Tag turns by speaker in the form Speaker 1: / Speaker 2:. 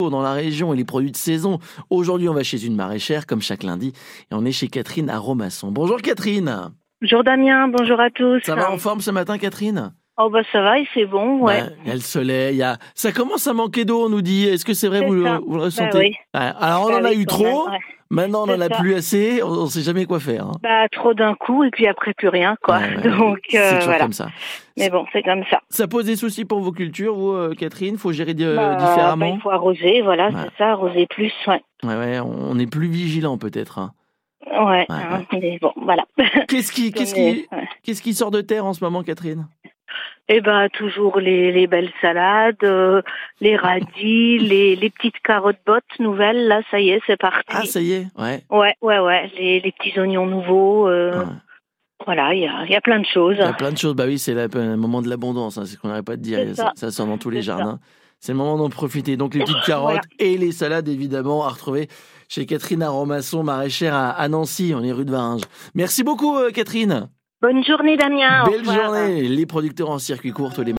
Speaker 1: dans la région et les produits de saison. Aujourd'hui, on va chez une maraîchère, comme chaque lundi, et on est chez Catherine à Romasson. Bonjour Catherine
Speaker 2: Bonjour Damien, bonjour à tous.
Speaker 1: Ça va en forme ce matin, Catherine
Speaker 2: Oh bah ça va, et c'est bon, ouais.
Speaker 1: Bah, Il y a le soleil, il y a... ça commence à manquer d'eau, on nous dit. Est-ce que c'est vrai,
Speaker 2: C'est
Speaker 1: vous, le-
Speaker 2: ça. Bah
Speaker 1: vous le ressentez
Speaker 2: oui.
Speaker 1: Ouais. Alors on
Speaker 2: Bah
Speaker 1: en a
Speaker 2: oui,
Speaker 1: eu
Speaker 2: quand même,
Speaker 1: trop,
Speaker 2: ouais.
Speaker 1: maintenant on n'en
Speaker 2: C'est
Speaker 1: a
Speaker 2: ça.
Speaker 1: plus assez, on ne sait jamais quoi faire. hein.
Speaker 2: Bah trop d'un coup et puis après plus rien quoi.
Speaker 1: Ouais, ouais,
Speaker 2: Donc
Speaker 1: c'est
Speaker 2: euh,
Speaker 1: toujours
Speaker 2: voilà.
Speaker 1: comme ça.
Speaker 2: Mais bon, c'est comme ça.
Speaker 1: Ça pose des soucis pour vos cultures, vous, euh, Catherine Faut gérer di- euh,
Speaker 2: Bah, bah,
Speaker 1: différemment
Speaker 2: il faut arroser, voilà,
Speaker 1: Ouais.
Speaker 2: c'est ça, arroser plus, ouais.
Speaker 1: ouais, ouais, on est plus vigilant peut-être. hein.
Speaker 2: Ouais, hein, mais bon, voilà.
Speaker 1: Qu'est-ce qui, qu'est-ce
Speaker 2: Mais,
Speaker 1: qui,
Speaker 2: ouais.
Speaker 1: qu'est-ce qui sort de terre en ce moment, Catherine
Speaker 2: Eh ben toujours les, les belles salades, euh, les radis, les, les petites carottes bottes nouvelles, là ça y est, c'est parti.
Speaker 1: Ah, ça y est, ouais.
Speaker 2: ouais, ouais, ouais, les, les petits oignons nouveaux, euh,
Speaker 1: Ouais.
Speaker 2: voilà, il y a, il y a plein de choses. hein.
Speaker 1: Il y a plein de choses. Bah oui, c'est la- le moment de l'abondance, hein, c'est ce qu'on n'arrête pas de dire.
Speaker 2: C'est
Speaker 1: Ça.
Speaker 2: ça.
Speaker 1: ça sort dans tous les
Speaker 2: C'est ça.
Speaker 1: jardins. C'est le moment d'en profiter. Donc les petites carottes
Speaker 2: Voilà.
Speaker 1: et les salades, évidemment, à retrouver chez Catherine Aromasson, maraîchère à, à Nancy. On est rue de Varinges. Merci beaucoup, euh, Catherine.
Speaker 2: Bonne journée Damien. Ah, au
Speaker 1: Belle
Speaker 2: revoir.
Speaker 1: journée. Les producteurs en circuit court, tous les